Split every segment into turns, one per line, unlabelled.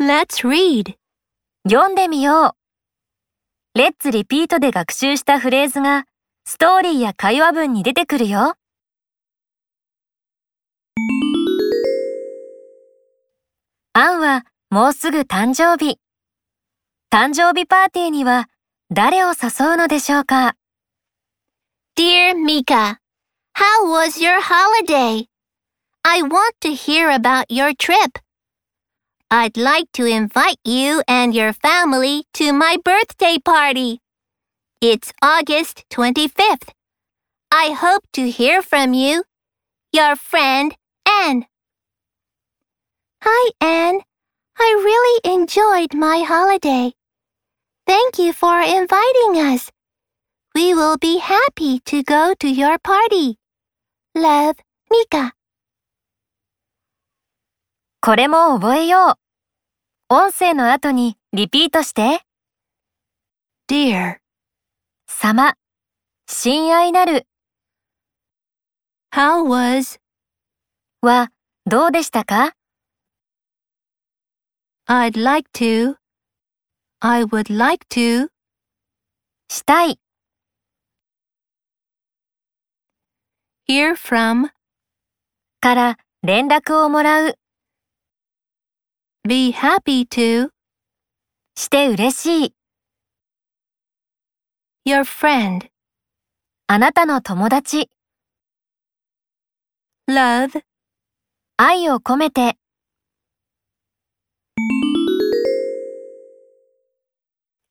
Let's read.
読んでみよう。レッツリピートで学習したフレーズがストーリーや会話文に出てくるよ。アンはもうすぐ誕生日。誕生日パーティーには誰を誘うのでしょうか
Dear Mika, how was your holiday? I want to hear about your trip. I'd like to invite you and your family to my birthday party. It's August 25th. I hope to hear from you. Your friend, Anne. Hi, Anne. I really enjoyed my holiday. Thank you for inviting us. We will be happy to go to your party. Love, Mika.
これも覚えよう。音声の後にリピートして、
Dear,
様、親愛なる
how was
はどうでしたか
I'd like to? I would like to.
したい、
Hear from,
から連絡をもらう、
be happy to,
して嬉しい、
your friend.
あなたの友達、
Love,
愛を込めて。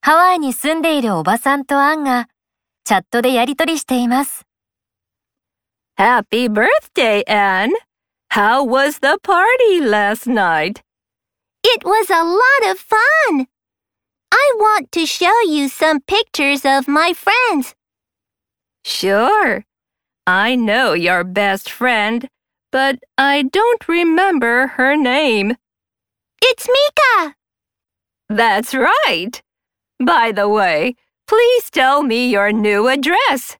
ハワイに住んでいるおばさんとアンがチャットでやりとりしています。
Happy birthday, Anne! How was the party last night?
it was a lot of fun. I want to show you some pictures of my friends.
Sure. I know your best friend, but I don't remember her name.
It's Mika.
That's right. By the way, please tell me your new address.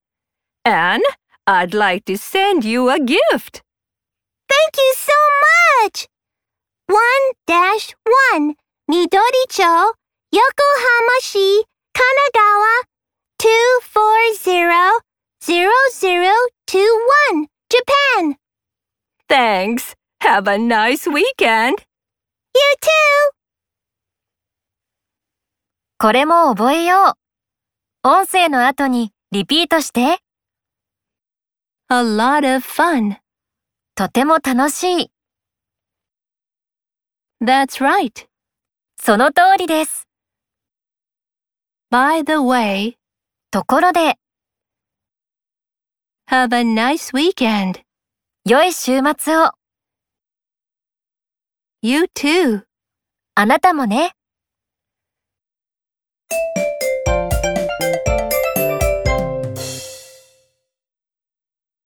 Anne, I'd like to send you a gift.
Thank you so much! 1-1 Midori-cho, Yokohama Shi, Kanagawa 240-0021, Japan.
Thanks. Have a nice weekend.
You too!
これも覚えよう。音声の後にリピートして、
A lot of fun.
とても楽しい。
That's right.
その通りです。
By the way,
ところで、
have a nice weekend.
良い週末を。
You too.
あなたもね。